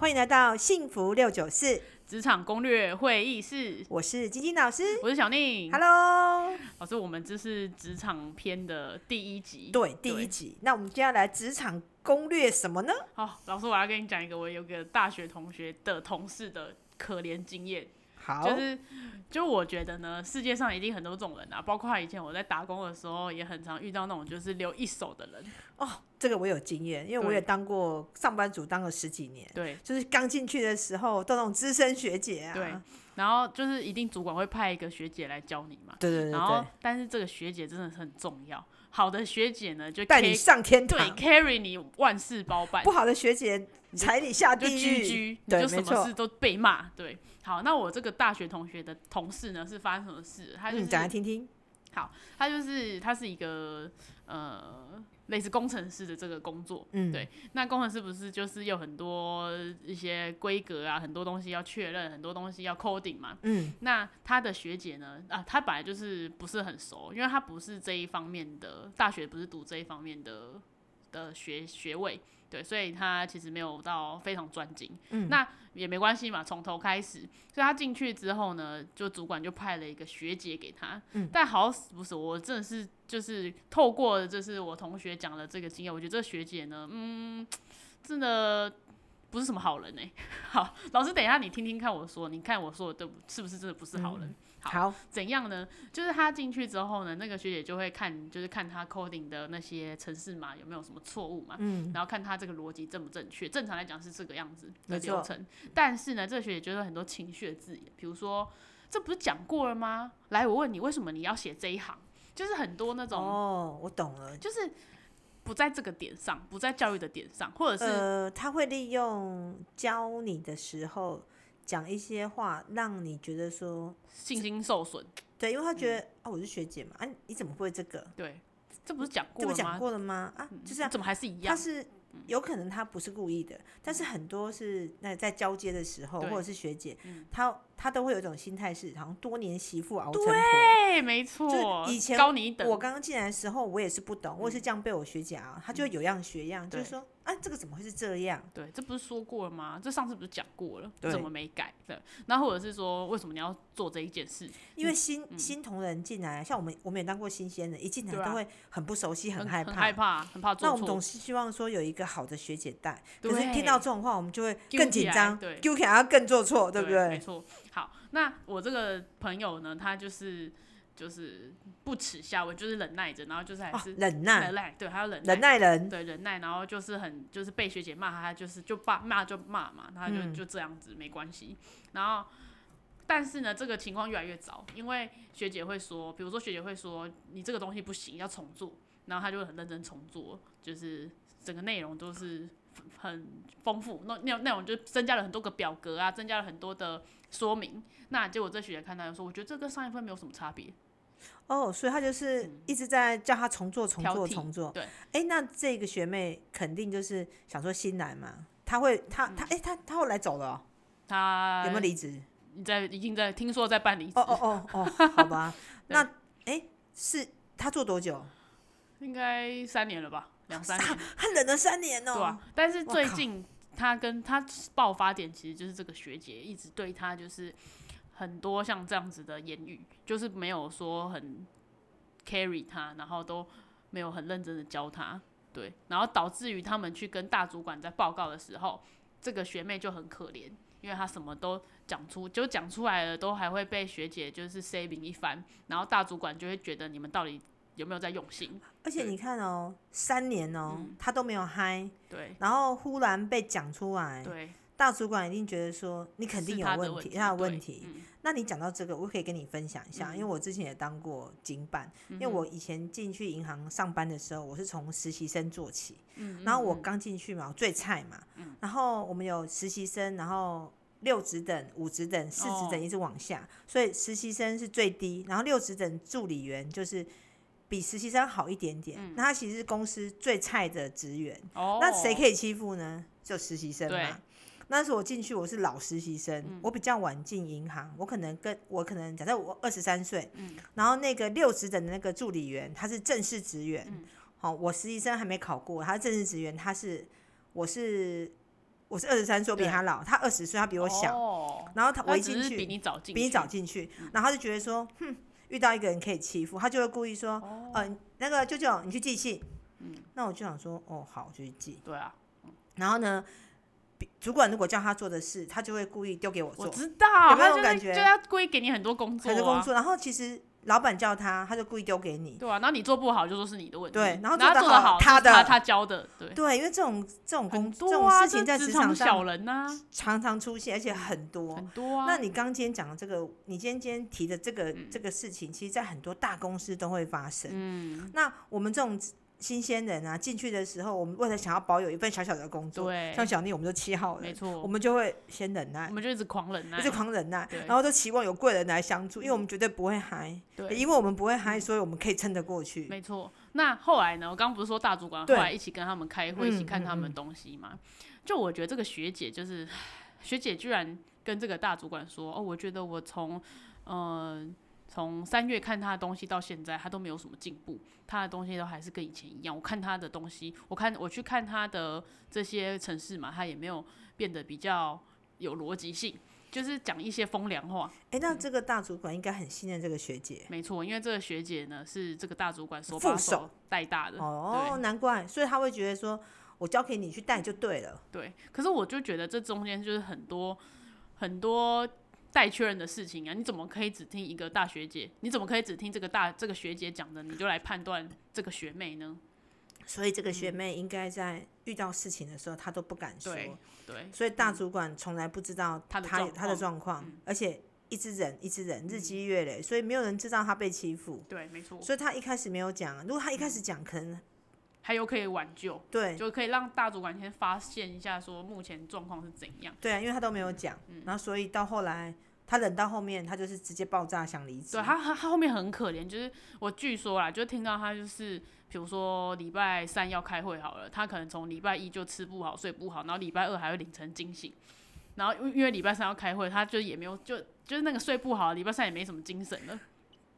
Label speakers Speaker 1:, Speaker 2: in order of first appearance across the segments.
Speaker 1: 欢迎来到幸福六九四，
Speaker 2: 职场攻略会议室，
Speaker 1: 我是晶晶老师。
Speaker 2: 我是小宁。
Speaker 1: Hello，
Speaker 2: 老师，我们这是职场篇的第一集。
Speaker 1: 对，第一集。那我们接下来职场攻略什么呢？
Speaker 2: 好，老师，我要跟你讲一个我有个大学同学的同事的可怜经验，
Speaker 1: 好，
Speaker 2: 就是就我觉得呢，世界上一定很多种人啊，包括以前我在打工的时候，也很常遇到那种就是留一手的人。
Speaker 1: 哦，这个我有经验，因为我
Speaker 2: 对
Speaker 1: 也当过上班族，当了十几年。
Speaker 2: 对，
Speaker 1: 就是刚进去的时候，都那种资深学姐啊。
Speaker 2: 对然后就是一定主管会派一个学姐来教你嘛。
Speaker 1: 对对对
Speaker 2: 然后
Speaker 1: 对，，
Speaker 2: 但是这个学姐真的是很重要。好的学姐呢，就
Speaker 1: 带你
Speaker 2: carry
Speaker 1: 上天
Speaker 2: 对
Speaker 1: 堂。
Speaker 2: carry 你万事包办
Speaker 1: 不。好的学姐
Speaker 2: 你就
Speaker 1: 踩你下
Speaker 2: 就
Speaker 1: 地
Speaker 2: 居
Speaker 1: 狱。
Speaker 2: 居，你
Speaker 1: 对
Speaker 2: 就
Speaker 1: 没
Speaker 2: 什
Speaker 1: 错
Speaker 2: 么事都被骂。对，好，那我这个大学同学的同事呢，是发生什么事？他就是、
Speaker 1: 嗯，讲来听听。
Speaker 2: 他就是他是一个呃类似工程师的这个工作。
Speaker 1: 嗯，
Speaker 2: 对那工程师不是就是有很多一些规格啊，很多东西要确认，很多东西要 coding 嘛。
Speaker 1: 嗯，
Speaker 2: 那他的学姐呢？啊，她本来就是不是很熟，因为她不是这一方面的大学，不是读这一方面的的学学位，对，所以她其实没有到非常专精。
Speaker 1: 嗯
Speaker 2: 那也没关系嘛，从头开始。所以她进去之后呢，就主管就派了一个学姐给她。
Speaker 1: 嗯
Speaker 2: 但好死不死，我真的是就是透过就是我同学讲了这个经验，我觉得这个学姐呢，嗯，真的不是什么好人哎、好，老师，等一下你听听看我说，你看我说的对不是不是真的不是好
Speaker 1: 嗯
Speaker 2: 人？
Speaker 1: 好，
Speaker 2: 怎样呢？就是他进去之后呢，那个学姐就会看，就是看他 coding 的那些程式码有没有什么错误嘛。
Speaker 1: 嗯，
Speaker 2: 然后看他这个逻辑正不正确，正常来讲是这个样子的
Speaker 1: 没错
Speaker 2: 流程。但是呢，这个学姐觉得很多情绪的字眼，比如说这不是讲过了吗？来，我问你，为什么你要写这一行？就是很多那种，
Speaker 1: 哦，我懂了。
Speaker 2: 就是不在这个点上，不在教育的点上，或者是、
Speaker 1: 呃，他会利用教你的时候讲一些话，让你觉得说，
Speaker 2: 信心受损。
Speaker 1: 对，因为他觉
Speaker 2: 嗯
Speaker 1: 得、啊，我是学姐嘛，啊，你怎么会这个？
Speaker 2: 对，这不是讲
Speaker 1: 这
Speaker 2: 过
Speaker 1: 不
Speaker 2: 了
Speaker 1: 讲
Speaker 2: 吗？
Speaker 1: 过了吗？啊，就这样，
Speaker 2: 怎么还是一
Speaker 1: 他
Speaker 2: 样？嗯
Speaker 1: 是有可能他不是故意的，但是很多是那在交接的时候，或
Speaker 2: 对
Speaker 1: 者是学姐
Speaker 2: 嗯，
Speaker 1: 他他都会有一种心态是，好像多年媳妇熬成婆。
Speaker 2: 对，没错，
Speaker 1: 就以前
Speaker 2: 高你一等，
Speaker 1: 我刚刚进来的时候，我也是不懂，我也是这样被我学姐啊，她就有样学样，就是
Speaker 2: 嗯对
Speaker 1: 说啊，这个怎么会是这样？
Speaker 2: 对，这不是说过了吗？这上次不是讲过了，
Speaker 1: 对
Speaker 2: 怎么没改？对，那或者是说，为什么你要做这一件事？
Speaker 1: 因为新、新同仁进来，啊像我们我们也当过新鲜人，一进来
Speaker 2: 嗯对啊
Speaker 1: 都会很不熟悉，
Speaker 2: 很
Speaker 1: 害
Speaker 2: 很
Speaker 1: 怕。
Speaker 2: 害怕，很怕
Speaker 1: 那我
Speaker 2: 做
Speaker 1: 们
Speaker 2: 错
Speaker 1: 总。是希望说有一个好的学姐带，可是
Speaker 2: 对
Speaker 1: 听到这种话，我们就会
Speaker 2: 揪
Speaker 1: 更
Speaker 2: 起
Speaker 1: 紧
Speaker 2: 来
Speaker 1: 张，
Speaker 2: 对
Speaker 1: 丢起来要更做错，对不
Speaker 2: 没
Speaker 1: 对？
Speaker 2: 错。好，那我这个朋友呢，他就是就是不耻下问，就是忍耐着，然后就是还
Speaker 1: 哦
Speaker 2: 是
Speaker 1: 忍
Speaker 2: 忍
Speaker 1: 耐，
Speaker 2: 耐，对，他要忍
Speaker 1: 忍耐人，
Speaker 2: 对忍耐，然后就是很就是被学姐骂他，他就是就骂骂就骂嘛，他就、
Speaker 1: 嗯
Speaker 2: 就这样子没关系。然后，但是呢，这个情况越来越糟，因为学姐会说，比如说学姐会说你这个东西不行，要重做，然后他就很认真重做，就是整个内容都是很丰富，那内容内容就增加了很多个表格啊，增加了很多的说明。那结果这学姐看到就说，我觉得这跟上一份没有什么差别，
Speaker 1: 哦，所以他就是一直在叫他重做、重
Speaker 2: 嗯挑
Speaker 1: 做、
Speaker 2: 剔
Speaker 1: 重做。
Speaker 2: 对，
Speaker 1: 哎，那这个学妹肯定就是想说新来嘛，她会，她
Speaker 2: 嗯
Speaker 1: 她哎，她她后来走了哦、
Speaker 2: 他
Speaker 1: 有没有离职？
Speaker 2: 你在已经在听说在办离职
Speaker 1: 哦，哦哦哦，好吧，
Speaker 2: 对
Speaker 1: 那哎是她做多久？
Speaker 2: 应该三年了吧，两哦三年
Speaker 1: 她。她忍了三年哦、
Speaker 2: 对啊，但是
Speaker 1: 我
Speaker 2: 最
Speaker 1: 靠
Speaker 2: 近他跟他爆发点其实就是这个学姐一直对他就是很多像这样子的言语，就是没有说很 carry 他，然后都没有很认真的教他，对，然后导致于他们去跟大主管在报告的时候，这个学妹就很可怜。因为她什么都讲出，就讲出来了，都还会被学姐就是 saving 一番，然后大主管就会觉得你们到底有没有在用心？
Speaker 1: 而且
Speaker 2: 对嗯
Speaker 1: 你看哦，三年哦，他都没有嗨，
Speaker 2: 对
Speaker 1: 然后忽然被讲出来，
Speaker 2: 对，
Speaker 1: 大主管一定觉得说你肯定
Speaker 2: 是
Speaker 1: 有
Speaker 2: 她的
Speaker 1: 问
Speaker 2: 问
Speaker 1: 题，他有
Speaker 2: 对
Speaker 1: 问题。
Speaker 2: 嗯
Speaker 1: 那你讲到这个，我可以跟你分享一下，因为我之前也当过经办，
Speaker 2: 嗯
Speaker 1: 因为我以前进去银行上班的时候，我是从实习生做起，
Speaker 2: 嗯
Speaker 1: 然后我刚进去嘛，我最菜嘛，然后我们有实习生，然后。六职等、五职等、四职等
Speaker 2: 哦
Speaker 1: 一直往下，所以实习生是最低，然后六职等助理员就是比实习生好一点点。那他其实是公司最菜的职员，
Speaker 2: 哦，
Speaker 1: 那谁可以欺负呢？就实习生
Speaker 2: 对嗯
Speaker 1: 嘛。那时候我进去，我是老实习生，我比较晚进银行，我可能跟我可能假设我二十三岁，
Speaker 2: 嗯
Speaker 1: 然后那个六十等的那个助理员他是正式职
Speaker 2: 嗯
Speaker 1: 员，好、我实习生还没考过，他是正式职员，他是我是我是二十三岁，我比
Speaker 2: 对
Speaker 1: 他老，他二十岁，他比我小。
Speaker 2: 哦，
Speaker 1: 然后他我
Speaker 2: 那
Speaker 1: 一
Speaker 2: 只
Speaker 1: 进
Speaker 2: 是
Speaker 1: 去，
Speaker 2: 比你早进，嗯
Speaker 1: 比你早，进去，然后他就觉得说，哼，遇到一个人可以欺负，他就会故意说，
Speaker 2: 哦
Speaker 1: 嗯、那个舅舅，你去寄信。嗯，那我就想说，哦，好，我就去寄。
Speaker 2: 对啊，
Speaker 1: 然后呢，比主管如果叫他做的事，他就会故意丢给我
Speaker 2: 我
Speaker 1: 做，
Speaker 2: 知道，
Speaker 1: 有没有那
Speaker 2: 他就
Speaker 1: 种
Speaker 2: 是
Speaker 1: 感觉
Speaker 2: 就要故意给你很多工作、
Speaker 1: 他
Speaker 2: 啊，
Speaker 1: 就工作。然后其实老板叫他，他就故意丢给你。
Speaker 2: 对啊，然后你做不好就说是你的问题，
Speaker 1: 对然
Speaker 2: 然
Speaker 1: 后
Speaker 2: 他
Speaker 1: 做得
Speaker 2: 做得
Speaker 1: 好
Speaker 2: 好
Speaker 1: 他
Speaker 2: 是他
Speaker 1: 的
Speaker 2: 他教的，对，
Speaker 1: 对，因为这种这种工、
Speaker 2: 很
Speaker 1: 这
Speaker 2: 多
Speaker 1: 种
Speaker 2: 啊，
Speaker 1: 事
Speaker 2: 这
Speaker 1: 情在
Speaker 2: 职
Speaker 1: 职
Speaker 2: 场
Speaker 1: 场
Speaker 2: 小
Speaker 1: 上
Speaker 2: 人呐、
Speaker 1: 常常出现，而且很多。
Speaker 2: 很多啊。
Speaker 1: 那你刚今天讲的这个，你今天今天提的这个、这个事情，其实在很多大公司都会发生。
Speaker 2: 嗯，
Speaker 1: 那我们这种新鲜人啊，进去的时候，我们为了想要保有一份小小的工作，
Speaker 2: 对，
Speaker 1: 像小丽，我们就七号
Speaker 2: 没
Speaker 1: 人，
Speaker 2: 错，
Speaker 1: 我们就会先忍
Speaker 2: 我
Speaker 1: 耐，
Speaker 2: 们就一直狂忍耐
Speaker 1: 一，直狂忍耐
Speaker 2: 对，嗯
Speaker 1: 然后都期望有贵人来相助，因为我们绝对不会嗨，
Speaker 2: 对，嗯
Speaker 1: 因为我们不会嗨，所以我们可以撑得过去。
Speaker 2: 没错。那后来呢？我刚刚不是说大主管后
Speaker 1: 对
Speaker 2: 来一起跟他们开会，
Speaker 1: 嗯
Speaker 2: 一起看他们
Speaker 1: 嗯嗯
Speaker 2: 东西嘛？就我觉得这个学姐就是，学姐居然跟这个大主管说：“哦，我觉得我从呃从三月看她的东西到现在，她都没有什么进步，她的东西都还是跟以前一样。我看她的东西，我看我去看她的这些城市嘛，她也没有变得比较有逻辑性。”就是讲一些风凉 话，
Speaker 1: 哎，那这个大主管应该很信任这个学姐
Speaker 2: 没错，因为这个学姐呢是这个大主管手
Speaker 1: 副
Speaker 2: 把
Speaker 1: 手
Speaker 2: 手带大的，对
Speaker 1: 哦，难怪，所以他会觉得说，我交给你去带就对了。
Speaker 2: 对，可是我就觉得这中间就是很多很多待确认的事情啊！你怎么可以只听一个大学姐？你怎么可以只听这个大这个学姐讲的，你就来判断这个学妹呢？
Speaker 1: 所以这个学妹应该在遇到事情的时候，她都不敢说。
Speaker 2: 嗯对对，
Speaker 1: 所以大主管从来不知道
Speaker 2: 他的
Speaker 1: 他
Speaker 2: 状
Speaker 1: 他的
Speaker 2: 况嗯
Speaker 1: 状况，而且一直忍一直忍，日积月累，所以没有人知道他被欺负，
Speaker 2: 对，没错，
Speaker 1: 所以他一开始没有讲。如果他一开始讲，可能
Speaker 2: 还有可以挽救，
Speaker 1: 对
Speaker 2: 就可以让大主管先发现一下，说目前状况是怎样。
Speaker 1: 对啊，因为他都没有讲，
Speaker 2: 嗯
Speaker 1: 然后所以到后来他忍到后面，他就是直接爆炸想离职
Speaker 2: 对。他，他他后面很可怜，就是我据说啦，就听到他就是，比如说礼拜三要开会好了，他可能从礼拜一就吃不好、睡不好，然后礼拜二还会凌晨惊醒，然后因为因为礼拜三要开会，他就也没有就就是那个睡不好，礼拜三也没什么精神了。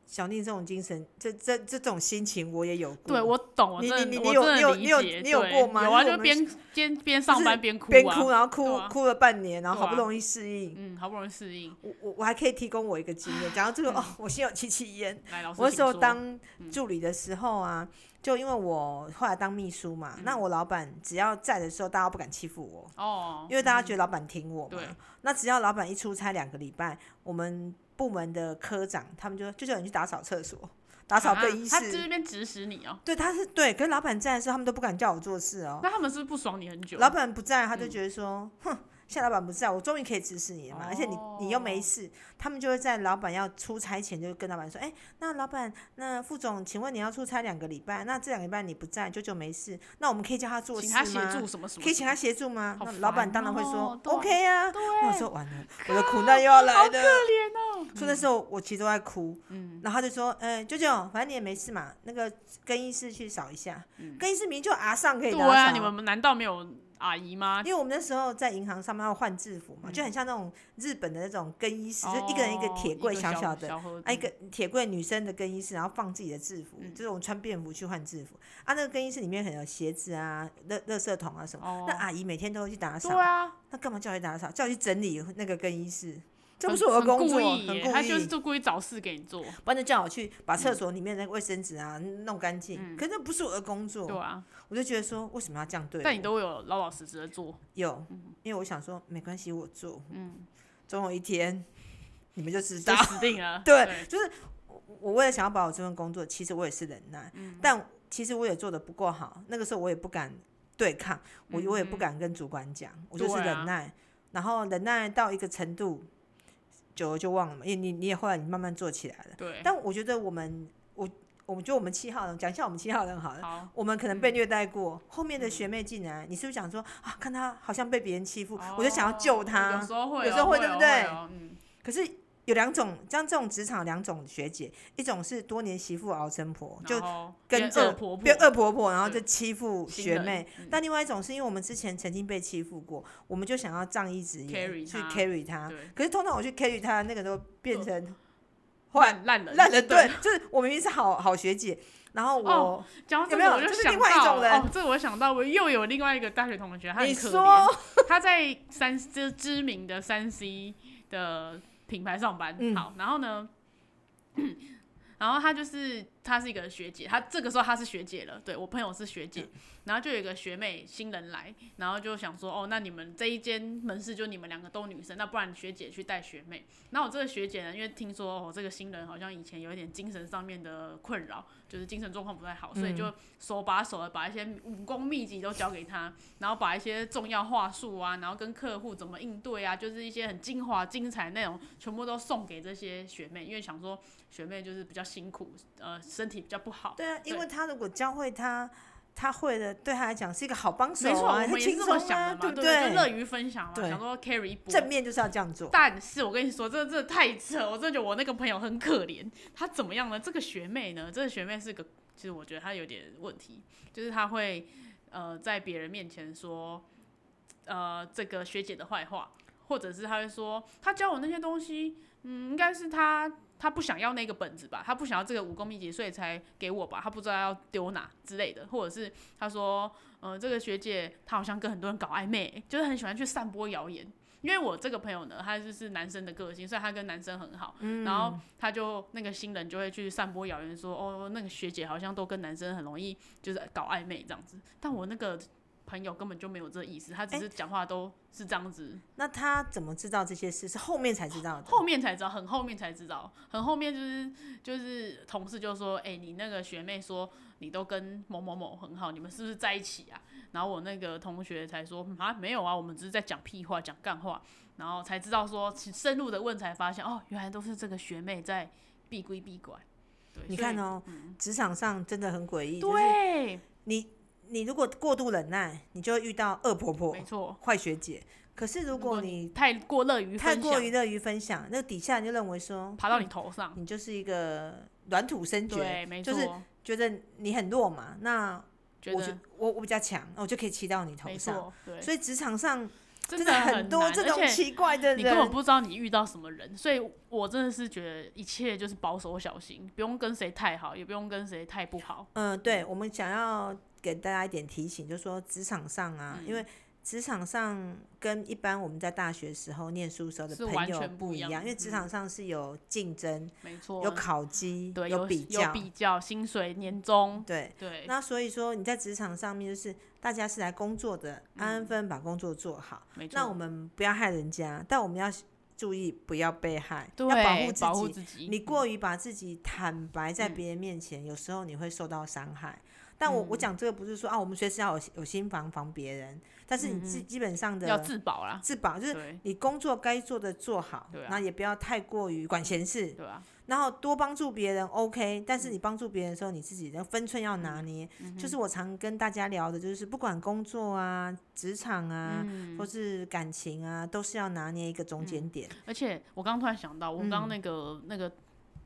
Speaker 1: 小宁这种精神，这这这种心情我也有过。
Speaker 2: 对我懂，我
Speaker 1: 嗯你
Speaker 2: 真的
Speaker 1: 你你
Speaker 2: 我
Speaker 1: 有
Speaker 2: 真
Speaker 1: 你
Speaker 2: 的
Speaker 1: 有
Speaker 2: 理
Speaker 1: 你有
Speaker 2: 解
Speaker 1: 你有
Speaker 2: 对
Speaker 1: 过吗
Speaker 2: 有
Speaker 1: 就
Speaker 2: 啊，
Speaker 1: 是
Speaker 2: 就
Speaker 1: 我们
Speaker 2: 边边边上
Speaker 1: 是
Speaker 2: 班边哭
Speaker 1: 边
Speaker 2: 啊，
Speaker 1: 哭，然后哭、
Speaker 2: 对啊
Speaker 1: 哭了半年，然后好不
Speaker 2: 对啊
Speaker 1: 容易适应。
Speaker 2: 嗯，好不容易适应。
Speaker 1: 我我我还可以提供我一个经验，讲到
Speaker 2: 嗯
Speaker 1: 这个哦，我心有戚戚焉。
Speaker 2: 来，老师，
Speaker 1: 我那时候
Speaker 2: 请说嗯
Speaker 1: 当助理的时候啊，就因为我后来当秘书嘛，
Speaker 2: 嗯
Speaker 1: 那我老板只要在的时候，大家不敢欺负我，
Speaker 2: 哦，
Speaker 1: 因为大家觉得老板挺我嘛。
Speaker 2: 对
Speaker 1: 那只要老板一出差两个礼拜，我们部门的科长他们就说就叫你去打扫厕所，打扫
Speaker 2: 啊
Speaker 1: 更衣
Speaker 2: 他这
Speaker 1: 室。
Speaker 2: 边指使你哦，
Speaker 1: 对，他是对，可是老板在的时候，他们都不敢叫我做事哦。
Speaker 2: 那他们是不是不爽你很久？
Speaker 1: 老板不在，他就觉得说，
Speaker 2: 嗯
Speaker 1: 哼，现在老板不在，我终于可以指使你了嘛，而且你你又
Speaker 2: 哦
Speaker 1: 没事，他们就会在老板要出差前就跟老板说，哎、那老板，那副总，请问你要出差两个礼拜，那这两个礼拜你不在，舅舅没事，那我们可以叫他做事
Speaker 2: 请
Speaker 1: 吗？
Speaker 2: 他协助什么什么？
Speaker 1: 可以请他协助吗？
Speaker 2: 好
Speaker 1: 那
Speaker 2: 烦
Speaker 1: 老板当然会
Speaker 2: 哦
Speaker 1: 说、
Speaker 2: 对
Speaker 1: OK 啊。
Speaker 2: 对，
Speaker 1: 那我说完了，我的苦难又要来了，
Speaker 2: 怜哦。
Speaker 1: 所以那时候我其实都在哭，然后他就说，嗯，舅舅，反正你也没事嘛，那个更衣室去扫一下，更衣室明明就阿上可以打
Speaker 2: 嗯对
Speaker 1: 扫，
Speaker 2: 啊，你们难道没有阿姨吗？
Speaker 1: 因为我们那时候在银行上班要换制服嘛，
Speaker 2: 嗯
Speaker 1: 就很像那种日本的那种更衣室，就一个人一个铁柜
Speaker 2: 哦
Speaker 1: 小
Speaker 2: 小嗯
Speaker 1: 的，
Speaker 2: 盒子
Speaker 1: 啊，一个铁柜女生的更衣室，然后放自己的制服，
Speaker 2: 嗯
Speaker 1: 就是我们穿便服去换制服啊。那个更衣室里面很有鞋子啊、垃垃圾桶啊什么，
Speaker 2: 哦
Speaker 1: 那阿姨每天都会去打
Speaker 2: 对
Speaker 1: 扫，
Speaker 2: 啊，
Speaker 1: 那干嘛叫你打扫？叫你整理那个更衣室，这不
Speaker 2: 很
Speaker 1: 是我的
Speaker 2: 很
Speaker 1: 工作，
Speaker 2: 故
Speaker 1: 很
Speaker 2: 意
Speaker 1: 故
Speaker 2: 耶
Speaker 1: 意，
Speaker 2: 他就是嗯就故意找事给你做，
Speaker 1: 不然就叫我去把厕所里面的那个卫生纸啊弄干净，可是那不是我的工
Speaker 2: 嗯对
Speaker 1: 作，
Speaker 2: 啊。
Speaker 1: 我就觉得说为什么要这样对我？
Speaker 2: 但你都有老老实实的做，
Speaker 1: 有，因为我想说没关系，我做，嗯，总有一 天你们就知道
Speaker 2: 就。死定了。
Speaker 1: 对，就是我我为了想要保我这份工作，其实我也是忍耐，但其实我也做的不够好。那个时候我也不敢对抗，我我也不敢跟主管讲，我就是
Speaker 2: 对啊
Speaker 1: 忍耐，然后忍耐到一个程度，久了就忘了嘛。因为你你也后来你慢慢做起来了，
Speaker 2: 对，
Speaker 1: 但我觉得我们我我觉得我们七号人讲一下我们七号人好了。
Speaker 2: 好，
Speaker 1: 我们可能
Speaker 2: 嗯
Speaker 1: 被虐待过，后面的学妹进来，你是不是想说啊，看她好像被别人欺负，我就想要救
Speaker 2: 有
Speaker 1: 她？
Speaker 2: 时候会哦，
Speaker 1: 有时候会
Speaker 2: 哦
Speaker 1: 对不对
Speaker 2: 会哦嗯，
Speaker 1: 可是有两种，像这种职场有两种学姐，一种是多年媳妇熬成婆，就
Speaker 2: 然后
Speaker 1: 跟
Speaker 2: 变
Speaker 1: 着
Speaker 2: 恶婆婆
Speaker 1: 变恶婆婆，然后就
Speaker 2: 对
Speaker 1: 欺负
Speaker 2: 新
Speaker 1: 学
Speaker 2: 人
Speaker 1: 妹。
Speaker 2: 嗯
Speaker 1: 但另外一种是因为我们之前曾经被欺负过，我们就想要仗义执言
Speaker 2: Carry
Speaker 1: 去
Speaker 2: 她
Speaker 1: carry 她。
Speaker 2: 对
Speaker 1: 可是通常我去 carry 她，那个都变成后来
Speaker 2: 烂烂人，
Speaker 1: 烂了，对，就是我明明是好好学姐，然后我、
Speaker 2: 哦讲到这
Speaker 1: 有没有
Speaker 2: 个我
Speaker 1: 就是
Speaker 2: 想
Speaker 1: 另外一
Speaker 2: 到
Speaker 1: 种人
Speaker 2: 哦，这我想到我又有另外一个大学同学，他
Speaker 1: 你
Speaker 2: 很可
Speaker 1: 说
Speaker 2: 怜， 他在三就是知名的三 C 的品牌上班，
Speaker 1: 嗯
Speaker 2: 好，然后呢， 然后他就是她是一个学姐，她这个时候她是学姐了，对我朋友是学姐，然后就有一个学妹新人来，然后就想说，哦，那你们这一间门市就你们两个都女生，那不然学姐去带学妹。那我这个学姐呢，因为听说我、哦、这个新人好像以前有一点精神上面的困扰，就是精神状况不太
Speaker 1: 嗯
Speaker 2: 好，所以就手把手的把一些武功秘籍都教给她，然后把一些重要话术啊，然后跟客户怎么应对啊，就是一些很精华精彩的内容，全部都送给这些学妹，因为想说学妹就是比较辛苦，呃，身体比较不好。
Speaker 1: 对啊，因
Speaker 2: 对
Speaker 1: 为他如果教会他，他会的，对他来讲是一个好帮手
Speaker 2: 没错，
Speaker 1: 啊，
Speaker 2: 我
Speaker 1: 他
Speaker 2: 们也是
Speaker 1: 轻
Speaker 2: 这
Speaker 1: 松
Speaker 2: 么想
Speaker 1: 啊，
Speaker 2: 的嘛，
Speaker 1: 不
Speaker 2: 不对？就乐于分享嘛，啊
Speaker 1: 对
Speaker 2: 想说 carry 一波。啊
Speaker 1: 正面就是要这样做，
Speaker 2: 但是我跟你说，这这太扯，我真的觉得我那个朋友很可怜。她怎么样呢？这个学妹呢？这个学妹是个，其实我觉得她有点问题，就是她会呃在别人面前说呃这个学姐的坏话，或者是她会呃说她教我那些东西，嗯，应该是她她不想要那个本子吧，她不想要这个武功秘籍，所以才给我吧，她不知道要丢哪之类的，或者是她说呃这个学姐她好像跟很多人搞暧昧，就是很喜欢去散播谣言。因为我这个朋友呢，他就是男生的个性，所以他跟男生很好。然后他就那个新人就会去散播谣言说，哦，那个学姐好像都跟男生很容易就是搞暧昧这样子。但我那个朋友根本就没有这意思，他只是讲话都是这样子，
Speaker 1: 那他怎么知道这些事？是后面才知道的。
Speaker 2: 后面才知道，很后面才知道，很后面就是就是同事就说，哎、你那个学妹说你都跟某某某很好，你们是不是在一起啊？然后我那个同学才说嗯啊，没有啊，我们只是在讲屁话，讲干话。然后才知道说，嗯其深入的问才发现，哦，原来都是这个学妹在避规避拐。对，
Speaker 1: 你
Speaker 2: 所以嗯
Speaker 1: 看哦，职场上真的很诡异，就是
Speaker 2: 对，
Speaker 1: 你你如果过度忍耐，你就会遇到恶婆婆
Speaker 2: 没、错。
Speaker 1: 坏学姐。可是如
Speaker 2: 如
Speaker 1: 果
Speaker 2: 你
Speaker 1: 你
Speaker 2: 太过乐于
Speaker 1: 太
Speaker 2: 分
Speaker 1: 过
Speaker 2: 享
Speaker 1: 于乐于分享，那底下人就认为说嗯
Speaker 2: 爬到你头上，
Speaker 1: 你就是一个软土生
Speaker 2: 对，
Speaker 1: 绝，
Speaker 2: 没错，
Speaker 1: 就是觉得你很弱嘛，那
Speaker 2: 觉
Speaker 1: 我就
Speaker 2: 得
Speaker 1: 我我比较强，那我就可以骑到你头
Speaker 2: 没
Speaker 1: 上。
Speaker 2: 错，对，
Speaker 1: 所以职场上
Speaker 2: 真
Speaker 1: 的
Speaker 2: 很
Speaker 1: 多
Speaker 2: 难
Speaker 1: 这
Speaker 2: 而
Speaker 1: 种
Speaker 2: 且
Speaker 1: 奇怪的
Speaker 2: 你根本
Speaker 1: 人，
Speaker 2: 不知道你遇到什么人，所以我真的是觉得一切就是保守小心，不用跟谁太好，也不用跟谁太不好。
Speaker 1: 嗯，对，我们想要给大家一点提醒，就是说职场上啊，因
Speaker 2: 嗯
Speaker 1: 为职场上跟一般我们在大学时候念书时候的
Speaker 2: 是
Speaker 1: 朋
Speaker 2: 完
Speaker 1: 友
Speaker 2: 全不
Speaker 1: 一
Speaker 2: 一样
Speaker 1: 样，因为
Speaker 2: 的嗯
Speaker 1: 职场上是有竞争、
Speaker 2: 没错，
Speaker 1: 有考绩、
Speaker 2: 对有
Speaker 1: 有比较，
Speaker 2: 比较薪水、年终，
Speaker 1: 对。
Speaker 2: 对，
Speaker 1: 那所以说你在职场上面就是大家是来工作的，安安分分把工作做好。
Speaker 2: 嗯没错。
Speaker 1: 那我们不要害人家，但我们要注意不要被害，要
Speaker 2: 对
Speaker 1: 保护自
Speaker 2: 保
Speaker 1: 己
Speaker 2: 护。自己，
Speaker 1: 你
Speaker 2: 嗯
Speaker 1: 过于把自己坦白在别人面前，有时候你会受到伤害。但我、我
Speaker 2: 嗯
Speaker 1: 讲这个不是说啊，我们随时要有有心防防别人，但是你基基本上
Speaker 2: 嗯要
Speaker 1: 的
Speaker 2: 自保啦，
Speaker 1: 自保就是
Speaker 2: 对
Speaker 1: 你工作该做的做好，
Speaker 2: 对啊
Speaker 1: 那、也不要太过于管闲事，
Speaker 2: 对啊嗯吧？
Speaker 1: 然后多帮助别人 OK，但是你帮助别人的时候，你自己的分寸要
Speaker 2: 嗯
Speaker 1: 拿捏。就是我常跟大家聊的，就是不管工作啊、职场啊，
Speaker 2: 嗯
Speaker 1: 或是感情啊，都是要拿捏一个中间点。
Speaker 2: 而且我刚刚突然想到，我刚刚那个、那个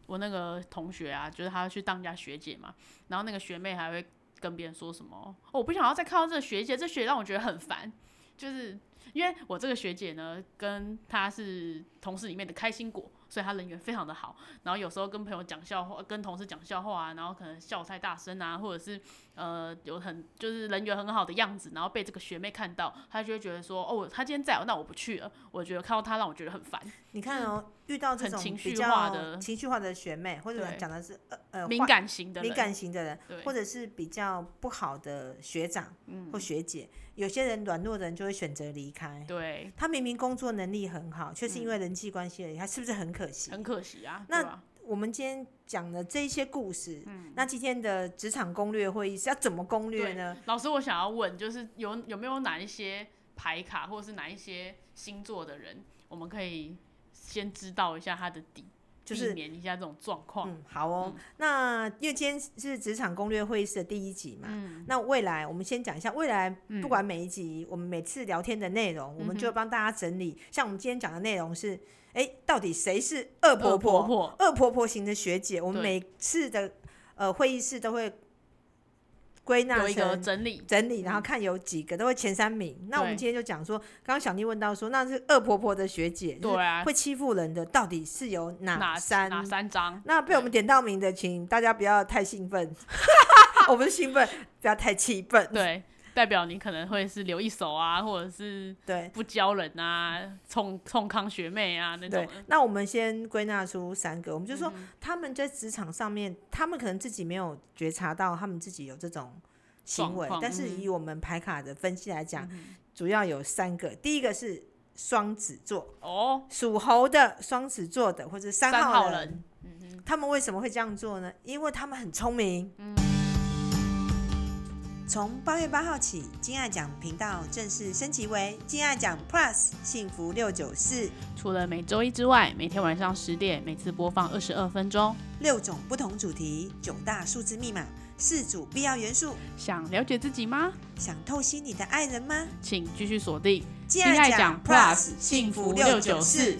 Speaker 2: 我那个同学啊，就是他去当人家学姐嘛，然后那个学妹还会跟别人说什么、哦，我不想要再看到这个学姐，这学姐让我觉得很烦，就是因为我这个学姐呢，跟她是同事里面的开心果，所以她人缘非常的好，然后有时候跟朋友讲笑话，跟同事讲笑话啊，然后可能笑太大声啊，或者是呃有很就是人缘很好的样子，然后被这个学妹看到，她就会觉得说，哦，她今天在哦，那我不去了，我觉得看到她让我觉得很烦。
Speaker 1: 你看哦，遇到这
Speaker 2: 嗯很
Speaker 1: 种
Speaker 2: 情
Speaker 1: 比
Speaker 2: 绪
Speaker 1: 较
Speaker 2: 化的
Speaker 1: 情绪化的学妹，或者
Speaker 2: 对
Speaker 1: 讲的是呃呃
Speaker 2: 敏
Speaker 1: 坏
Speaker 2: 感型的人，
Speaker 1: 敏感型的人，
Speaker 2: 对嗯
Speaker 1: 或者是比较不好的学长或学姐，有些人软弱的人就会选择离开。
Speaker 2: 对，嗯
Speaker 1: 他明明工作能力很好，却是因为人际关系而已，他是不是很可惜？
Speaker 2: 很可惜啊，
Speaker 1: 那
Speaker 2: 对吧？
Speaker 1: 我们今天讲的这一些故事，
Speaker 2: 嗯
Speaker 1: 那今天的职场攻略会议是要怎么攻略呢？
Speaker 2: 老师，我想要问，就是有有没有哪一些牌卡，或者是哪一些星座的人，我们可以先知道一下他的底，
Speaker 1: 就是
Speaker 2: 避免一下这种状况。
Speaker 1: 嗯，好哦。那因为今天是职场攻略会议室的第一集嘛，
Speaker 2: 嗯
Speaker 1: 那未来我们先讲一下未来，不管每一集、我们每次聊天的内容，
Speaker 2: 嗯
Speaker 1: 我们就帮大家整理。像我们今天讲的内容是，哎、到底谁是恶婆
Speaker 2: 恶婆
Speaker 1: 婆？
Speaker 2: 婆，
Speaker 1: 恶婆婆型的学姐，我们
Speaker 2: 对
Speaker 1: 每次的呃会议室都会归纳
Speaker 2: 有一个
Speaker 1: 成
Speaker 2: 整理，嗯
Speaker 1: 整理，然后看有几个都会前三名。那我们
Speaker 2: 对
Speaker 1: 今天就讲说，刚刚小丽问到说，那是恶婆婆的学姐，就是
Speaker 2: 对啊，
Speaker 1: 会欺负人的到底是有
Speaker 2: 哪
Speaker 1: 三？
Speaker 2: 哪三张？
Speaker 1: 那被我们点到名的，请大家不要太兴 奋， 我不是兴奋，不要太气愤。
Speaker 2: 对，代表你可能会是留一手啊，或者是
Speaker 1: 对
Speaker 2: 不教人啊，冲冲康学妹啊那种
Speaker 1: 对
Speaker 2: 嗯的。，
Speaker 1: 那我们先归纳出三个，我们就说他们在职场上面，他们可能自己没有觉察到他们自己有这种行为
Speaker 2: 状况，
Speaker 1: 但是
Speaker 2: 嗯
Speaker 1: 以我们牌卡的分析来讲，主要有三个，第一个是双子座，
Speaker 2: 哦，
Speaker 1: 属猴的、双子座的或者三
Speaker 2: 三
Speaker 1: 号
Speaker 2: 号
Speaker 1: 人，嗯
Speaker 2: 人，
Speaker 1: 他们为什么会这样做呢？因为他们很聪明。从八月八号起，金爱奖频道正式升级为金爱奖 Plus 幸福六九四，
Speaker 2: 除了每周一之外，每天晚上十点，每次播放二十二分钟。
Speaker 1: 六种不同主题，九大数字密码，四组必要元素。
Speaker 2: 想了解自己吗？
Speaker 1: 想透析你的爱人吗？
Speaker 2: 请继续锁定
Speaker 1: 金
Speaker 2: 金爱
Speaker 1: 爱
Speaker 2: 奖
Speaker 1: 奖
Speaker 2: Plus
Speaker 1: Plus
Speaker 2: 幸
Speaker 1: 幸
Speaker 2: 福
Speaker 1: 福
Speaker 2: 六
Speaker 1: 六
Speaker 2: 九
Speaker 1: 九
Speaker 2: 四
Speaker 1: 四。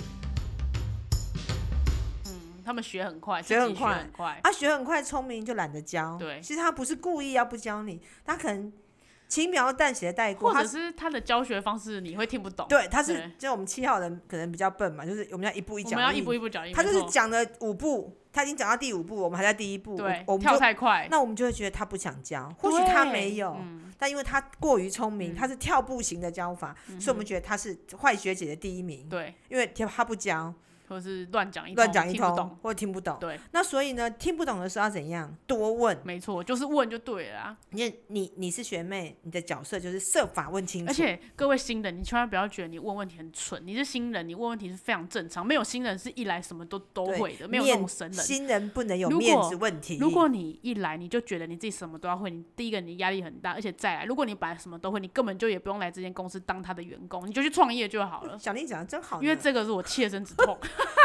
Speaker 2: 嗯，他们学很快，
Speaker 1: 学
Speaker 2: 自己
Speaker 1: 很快
Speaker 2: 很快，
Speaker 1: 啊，学很快，聪明就懒得教。
Speaker 2: 对
Speaker 1: 其实他不是故意要不教你，他可能轻描淡写的带过，
Speaker 2: 或
Speaker 1: 他
Speaker 2: 者是他的教学方式你会听不懂。
Speaker 1: 对，他是
Speaker 2: 对
Speaker 1: 就我们七号人可能比较笨嘛，就是我们要一步一
Speaker 2: 我
Speaker 1: 脚
Speaker 2: 们要
Speaker 1: 印
Speaker 2: 一步一步讲，
Speaker 1: 他
Speaker 2: 没
Speaker 1: 就是
Speaker 2: 错
Speaker 1: 讲了五步，他已经讲到第五步，我们还在第一步，我
Speaker 2: 对
Speaker 1: 我们
Speaker 2: 跳
Speaker 1: 就
Speaker 2: 太快，
Speaker 1: 那我们就会觉得他不想教，或许他
Speaker 2: 对
Speaker 1: 没有，
Speaker 2: 嗯
Speaker 1: 但因为他过于聪明，
Speaker 2: 嗯
Speaker 1: 他是跳步型的教法，所以我们觉得他是坏学姐的第一名，
Speaker 2: 对，
Speaker 1: 因为他不教，
Speaker 2: 或者是乱讲一
Speaker 1: 乱讲一
Speaker 2: 听不
Speaker 1: 通
Speaker 2: 懂，
Speaker 1: 或者听不懂。
Speaker 2: 对，
Speaker 1: 那所以呢，听不懂的时候要怎样？多问。
Speaker 2: 没错，就是问就对了啊。
Speaker 1: 因为你你是学妹，你的角色就是设法问清楚。
Speaker 2: 而且各位新人，你千万不要觉得你问问题很蠢，你是新人，你问问题是非常正常，没有新人是一来什么都都
Speaker 1: 对
Speaker 2: 会的，没有那
Speaker 1: 面
Speaker 2: 种神人。
Speaker 1: 新人不能有
Speaker 2: 如
Speaker 1: 面
Speaker 2: 果
Speaker 1: 子问题。
Speaker 2: 如果你一来你就觉得你自己什么都要会，你第一个你压力很大，而且再来，如果你本来什么都会，你根本就也不用来这间公司当他的员工，你就去创业就好了。
Speaker 1: 小丽讲的真好呢，
Speaker 2: 因为这个是我切身之 痛，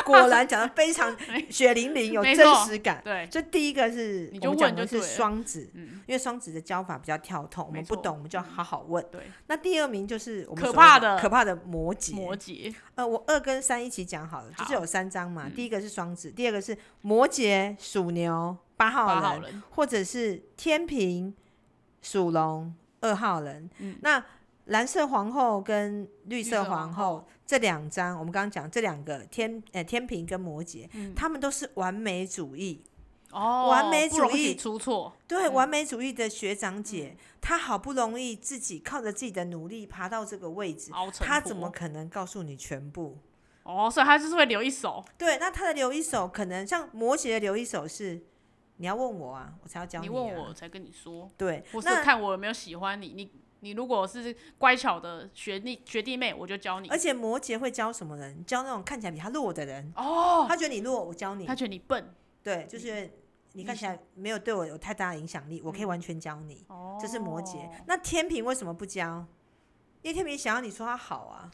Speaker 1: 果然讲的非常血淋淋，有
Speaker 2: 没
Speaker 1: 真
Speaker 2: 错
Speaker 1: 实感。
Speaker 2: 对，
Speaker 1: 这第一个是
Speaker 2: 你
Speaker 1: 我
Speaker 2: 就
Speaker 1: 们讲
Speaker 2: 问
Speaker 1: 的
Speaker 2: 就对
Speaker 1: 是
Speaker 2: 了
Speaker 1: 双子，
Speaker 2: 嗯，
Speaker 1: 因为双子的教法比较跳痛，我
Speaker 2: 没
Speaker 1: 们不
Speaker 2: 错嗯
Speaker 1: 懂我们就要好好问。
Speaker 2: 对，
Speaker 1: 那第二名就是我们所
Speaker 2: 可
Speaker 1: 谓
Speaker 2: 怕的
Speaker 1: 可怕的摩羯。
Speaker 2: 摩羯，
Speaker 1: 呃，我二跟三一起讲好了，就是
Speaker 2: 好嗯
Speaker 1: 有三张嘛。第一个是双子，第二个是摩羯、属牛八号
Speaker 2: 八
Speaker 1: 人，
Speaker 2: 号人，
Speaker 1: 或者是天平、属龙二号人。那蓝色皇后跟绿色皇
Speaker 2: 嗯绿色皇
Speaker 1: 后这两张，我们刚刚讲这两个天呃天平跟摩羯，
Speaker 2: 嗯
Speaker 1: 他们都是完美主义。
Speaker 2: 哦，
Speaker 1: 完美
Speaker 2: 不
Speaker 1: 主
Speaker 2: 容
Speaker 1: 义
Speaker 2: 许出错，
Speaker 1: 对、完美主义的学长姐，
Speaker 2: 嗯
Speaker 1: 她好不容易自己靠着自己的努力爬到这个位置，
Speaker 2: 熬成
Speaker 1: 她怎么
Speaker 2: 婆
Speaker 1: 可能告诉你全部？
Speaker 2: 哦，所以他就是会留一手，
Speaker 1: 对，那她的留一手可能像摩羯的留一手是，你要问我啊，我才要教
Speaker 2: 你
Speaker 1: 啊。
Speaker 2: 问我我才跟你说，
Speaker 1: 对，
Speaker 2: 或是
Speaker 1: 那
Speaker 2: 看我有没有喜欢你，你你如果是乖巧的学弟学弟妹，我就教你
Speaker 1: 而，且摩羯会教什么人？教那种看起来比他弱的人。
Speaker 2: 哦，
Speaker 1: 他觉得你弱，我教你
Speaker 2: 他。觉得你笨，
Speaker 1: 对，就是你看起来没有对我有太大的影响力，我可以完全教你。
Speaker 2: 嗯哦，
Speaker 1: 这是摩羯。那天平为什么不教？因为天平想要你说他好 啊。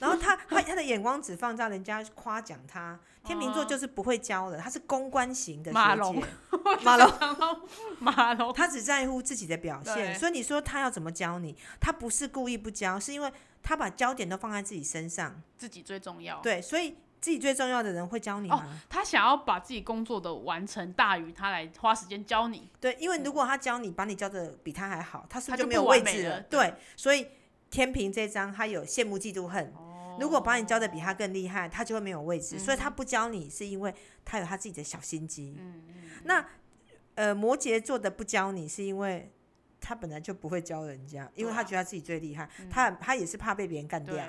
Speaker 1: 然后他他他的眼光只放在人家夸奖他，天秤座就是不会教的，他是公关型的
Speaker 2: 哦马
Speaker 1: 学
Speaker 2: 龙
Speaker 1: 姐， 马龙，
Speaker 2: 马龙。
Speaker 1: 他只在乎自己的表
Speaker 2: 对
Speaker 1: 现，所以你说他要怎么教你？他不是故意不教，是因为他把焦点都放在自己身上。
Speaker 2: 自己最重要。
Speaker 1: 对，所以自己最重要的人会教你吗？
Speaker 2: 他想要把自己工作的完成大于他来花时间教你，
Speaker 1: 对，因为如果他教你，把你教的比他还好，他是
Speaker 2: 他
Speaker 1: 不是
Speaker 2: 就
Speaker 1: 没有
Speaker 2: 不
Speaker 1: 位
Speaker 2: 完美
Speaker 1: 置
Speaker 2: 了对
Speaker 1: 对，所以天平这张他有羡慕、嫉妒、恨。如果把你教的比他更厉害，他就会没有位
Speaker 2: 嗯
Speaker 1: 置。所以他不教你，是因为他有他自己的小心机。
Speaker 2: 嗯
Speaker 1: 那呃，摩羯座的不教你，是因为。他本来就不会教人家，因为
Speaker 2: 对
Speaker 1: 他
Speaker 2: 啊
Speaker 1: 觉得他自己最厉害，他他也是怕被别人干掉
Speaker 2: 对，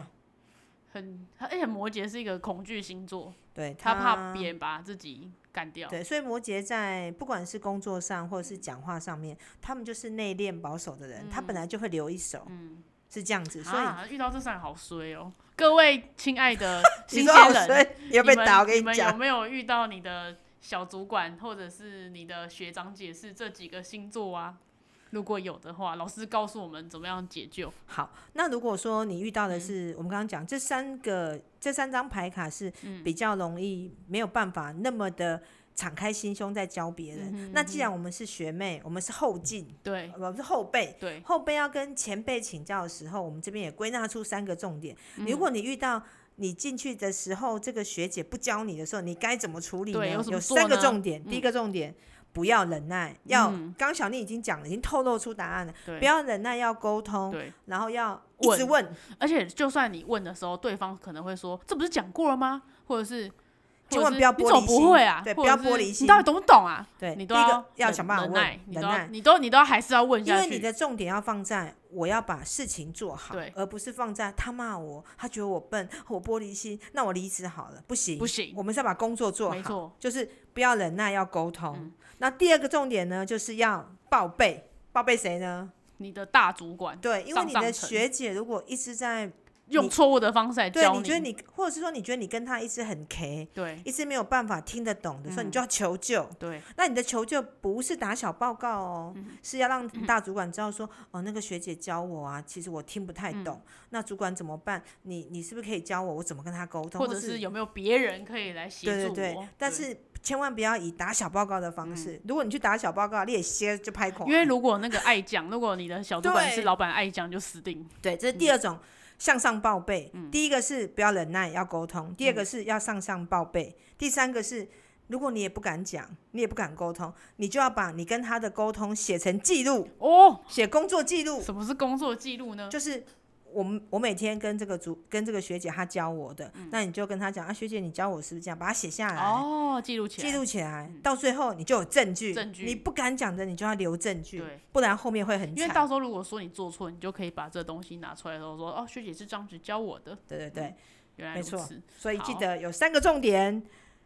Speaker 2: 很，他而且摩羯是一个恐惧星座，
Speaker 1: 对
Speaker 2: 他怕别人把自己干掉。
Speaker 1: 对，所以摩羯在不管是工作上或者是讲话上面，他们就是内敛保守的人，他
Speaker 2: 嗯
Speaker 1: 本来就会留一手，是这样子。所以
Speaker 2: 啊，遇到这算好衰哦！各位亲爱的
Speaker 1: 你
Speaker 2: 新
Speaker 1: 说哦好
Speaker 2: 鲜人，
Speaker 1: 衰，你要被打，我
Speaker 2: 你
Speaker 1: 跟
Speaker 2: 们有
Speaker 1: 讲。
Speaker 2: 没有遇到你的小主管或者是你的学长姐是这几个星座啊？如果有的话，老师告诉我们怎么样解救。
Speaker 1: 好，那如果说你遇到
Speaker 2: 嗯
Speaker 1: 的是、我们刚刚讲这三个这三张牌卡是
Speaker 2: 嗯
Speaker 1: 比较容易没有办法那么的敞开心胸在教别
Speaker 2: 嗯
Speaker 1: 人，那既然我们是学妹，我们是后进，
Speaker 2: 对
Speaker 1: 我们是后辈，
Speaker 2: 对，
Speaker 1: 后辈要跟前辈请教的时候，我们这边也归纳出三个重点。
Speaker 2: 嗯
Speaker 1: 如果你遇到你进去的时候，这个学姐不教你的时候，你该怎么处理呢？
Speaker 2: 对有什么
Speaker 1: 有
Speaker 2: 做呢
Speaker 1: 三个重点。
Speaker 2: 嗯
Speaker 1: 第一个重点，不要忍耐，要
Speaker 2: 嗯
Speaker 1: 刚、小丽已经讲了，已经透露出答案了，
Speaker 2: 对，
Speaker 1: 不要忍耐，要沟通，
Speaker 2: 对，
Speaker 1: 然后要一直问，
Speaker 2: 而且就算你问的时候，对方可能会说：“这不是讲过了吗？”或者是，
Speaker 1: 千
Speaker 2: 或者
Speaker 1: 万
Speaker 2: 是
Speaker 1: 不要
Speaker 2: 你
Speaker 1: 玻
Speaker 2: 怎么
Speaker 1: 璃
Speaker 2: 不
Speaker 1: 心
Speaker 2: 会啊，
Speaker 1: 对
Speaker 2: 或
Speaker 1: 不要
Speaker 2: 者是
Speaker 1: 玻璃心
Speaker 2: 你到底懂不懂啊？
Speaker 1: 对，
Speaker 2: 你
Speaker 1: 第
Speaker 2: 都
Speaker 1: 一个
Speaker 2: 要
Speaker 1: 要
Speaker 2: 忍
Speaker 1: 想办法
Speaker 2: 忍
Speaker 1: 问
Speaker 2: 耐，，你
Speaker 1: 忍
Speaker 2: 都要
Speaker 1: 耐。
Speaker 2: 你都你都还是要问
Speaker 1: 因
Speaker 2: 下
Speaker 1: 为你
Speaker 2: 去。
Speaker 1: 的重点要放在我要把事情做好
Speaker 2: 对，
Speaker 1: 而不是放在他骂我，他觉得我笨，我玻璃心，那我离职好了，不行，
Speaker 2: 不行
Speaker 1: 我们是要把工作做
Speaker 2: 没
Speaker 1: 好
Speaker 2: 错，
Speaker 1: 就是不要忍耐，要沟通。
Speaker 2: 嗯
Speaker 1: 那第二个重点呢，就是要报备，报备谁呢？
Speaker 2: 你的大主管
Speaker 1: 对，因为
Speaker 2: 上
Speaker 1: 你
Speaker 2: 上
Speaker 1: 的
Speaker 2: 层
Speaker 1: 学姐如果一直在
Speaker 2: 用
Speaker 1: 你
Speaker 2: 错误的方式来
Speaker 1: 对，
Speaker 2: 教
Speaker 1: 你觉得你，或者是说你觉得你跟她一直很 K，
Speaker 2: 对
Speaker 1: 一直没有办法听得懂的时候，你
Speaker 2: 嗯
Speaker 1: 就要求救。
Speaker 2: 对
Speaker 1: 那你的求救不是打小报告哦，
Speaker 2: 嗯
Speaker 1: 是要让大主管知道说，哦，那个学姐教我啊，其实我听不太懂，
Speaker 2: 嗯
Speaker 1: 那主管怎么办？你你是不是可以教我，我怎么跟他沟通？
Speaker 2: 或
Speaker 1: 者
Speaker 2: 者是有没有别人可以来协
Speaker 1: 对对
Speaker 2: 助
Speaker 1: 对
Speaker 2: 我？，
Speaker 1: 但是千万不要以打小报告的方式。如果你去打小报告，你也歇就拍孔啊，
Speaker 2: 嗯因为如果那个爱讲，如果你的小主管是
Speaker 1: 对
Speaker 2: 老板爱讲，就死定。
Speaker 1: 对，这是第二种向上报备。
Speaker 2: 嗯
Speaker 1: 第一个是不要忍耐，要沟通；第二个是要向上报备；第三个是。如果你也不敢讲，你也不敢沟通，你就要把你跟他的沟通写成记录，
Speaker 2: 哦，
Speaker 1: 写工作记录。
Speaker 2: 什么是工作记录呢？
Speaker 1: 就是我们我每天跟这个主跟这个学姐她教我的，那你就跟她讲啊，学姐你教我是不是这样，把它写下来。
Speaker 2: 嗯哦，记录起来。
Speaker 1: 记录起来，到最后你就有证据。
Speaker 2: 证据
Speaker 1: 你不敢讲的，你就要留证据
Speaker 2: 对，
Speaker 1: 不然后面会很
Speaker 2: 因为
Speaker 1: 惨。
Speaker 2: 到时候如果说你做错，你就可以把这东西拿出来的时候说：“哦，学姐是这样子教我的。
Speaker 1: 对对对，”
Speaker 2: 原来
Speaker 1: 没
Speaker 2: 如
Speaker 1: 错
Speaker 2: 此。
Speaker 1: 所以记
Speaker 2: 嗯好
Speaker 1: 得有三个重点，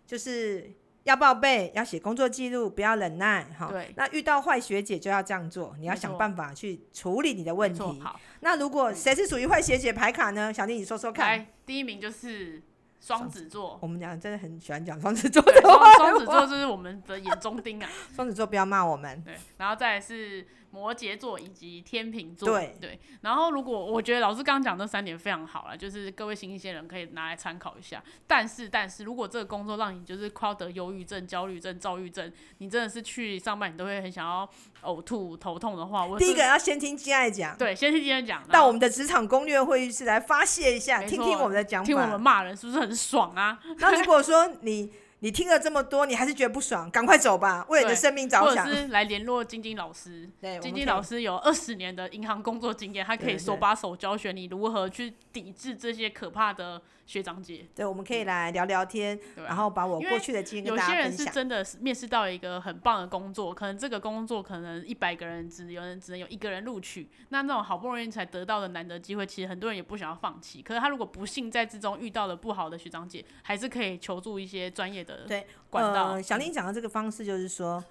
Speaker 1: 就是要报备，要写工作记录，不要忍耐。哈
Speaker 2: 对，
Speaker 1: 那遇到坏学姐就要这样做，你要
Speaker 2: 没错
Speaker 1: 想办法去处理你的
Speaker 2: 没
Speaker 1: 问
Speaker 2: 错，
Speaker 1: 题。
Speaker 2: 好，嗯
Speaker 1: 那如果谁是属于坏学姐牌卡呢？小丽，你说说看。
Speaker 2: 来第一名就是双子座。
Speaker 1: 我们俩真的很喜欢讲双子座
Speaker 2: 对，
Speaker 1: 的
Speaker 2: 双
Speaker 1: 话，
Speaker 2: 双子座就是我们的眼中钉啊。
Speaker 1: 双子座不要骂我们。
Speaker 2: 对，然后再来是摩羯座以及天秤座。
Speaker 1: 对
Speaker 2: 然后如果我觉得老师刚刚讲这三点非常好了，就是各位新鲜人可以拿来参考一下。但是，但是如果这个工作让你就是快要得忧郁症、焦虑症、躁郁症，你真的是去上班你都会很想要呕吐、头痛的话，我
Speaker 1: 第一个
Speaker 2: 是
Speaker 1: 要先听金爱讲，
Speaker 2: 对，先听今天讲，然
Speaker 1: 到
Speaker 2: 后
Speaker 1: 我们的职场攻略会议室来发泄一下，
Speaker 2: 没
Speaker 1: 听
Speaker 2: 错
Speaker 1: 听我们的讲
Speaker 2: 听我们
Speaker 1: 法。
Speaker 2: 骂人是不是很爽啊？
Speaker 1: 那如果说你你听了这么多，你还是觉得不爽，赶快走吧，为了你的
Speaker 2: 对
Speaker 1: 生命 着
Speaker 2: 或者
Speaker 1: 想。
Speaker 2: 是来联络晶晶老师，
Speaker 1: 对，我
Speaker 2: 晶
Speaker 1: 们
Speaker 2: 晶
Speaker 1: 可以
Speaker 2: 老师有二十年的银行工作经验，他可
Speaker 1: 对
Speaker 2: 以
Speaker 1: 对
Speaker 2: 手把手教学你如何去抵制这些可怕的学长姐。
Speaker 1: 对，我们可以来聊聊天，
Speaker 2: 对啊
Speaker 1: 然后把我
Speaker 2: 因为
Speaker 1: 过去的经验
Speaker 2: 有
Speaker 1: 跟大
Speaker 2: 些
Speaker 1: 家
Speaker 2: 人
Speaker 1: 分
Speaker 2: 是
Speaker 1: 享。
Speaker 2: 真的是面试到一个很棒的工作，可能这个工作可能一百个人只有人只能有一个人录取，那那种好不容易才得到的难得机会，其实很多人也不想要放弃。可是他如果不幸在之中遇到了不好的学长姐，还是可以求助一些专业的
Speaker 1: 对
Speaker 2: 管道。嗯
Speaker 1: 呃，小林讲的这个方式就是说，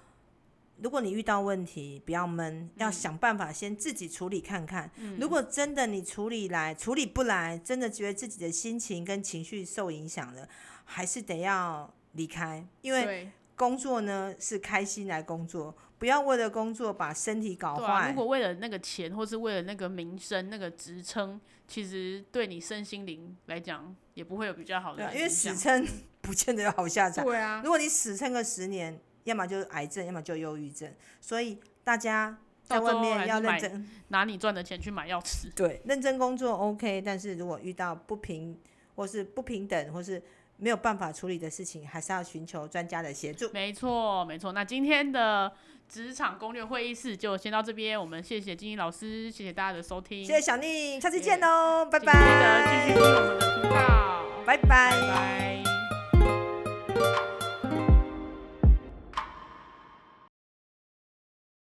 Speaker 1: 如果你遇到问题，不要闷，
Speaker 2: 嗯
Speaker 1: 要想办法先自己处理看看。如果真的你处理来处理不来，真的觉得自己的心情跟情绪受影响了，还是得要离开，因为
Speaker 2: 对
Speaker 1: 工作呢是开心来工作，不要为了工作把身体搞
Speaker 2: 对啊，
Speaker 1: 坏。
Speaker 2: 如果为了那个钱，或是为了那个名声、那个职称，其实对你身心灵来讲，也不会有比较好
Speaker 1: 对啊
Speaker 2: 的
Speaker 1: 因为
Speaker 2: 影
Speaker 1: 死
Speaker 2: 响。
Speaker 1: 撑 不见得有好下场。
Speaker 2: 对啊，
Speaker 1: 如果你死撑个十年，要么就是癌症，要么就忧郁症。所以大家在
Speaker 2: 到
Speaker 1: 外
Speaker 2: 最后
Speaker 1: 面
Speaker 2: 还
Speaker 1: 要
Speaker 2: 是
Speaker 1: 认
Speaker 2: 买
Speaker 1: 真，
Speaker 2: 拿你赚的钱去买药吃，
Speaker 1: 对，认真工作 OK，但是如果遇到不平或是不平等或是没有办法处理的事情，还是要寻求专家的协助。
Speaker 2: 没错，没错。那今天的职场攻略会议室就先到这边，我们谢谢金英老师，谢谢大家的收听，
Speaker 1: 谢谢小宁，下次见喽，拜
Speaker 2: 请记
Speaker 1: 拜，
Speaker 2: 得继续听我们的频道，
Speaker 1: 拜拜
Speaker 2: 拜拜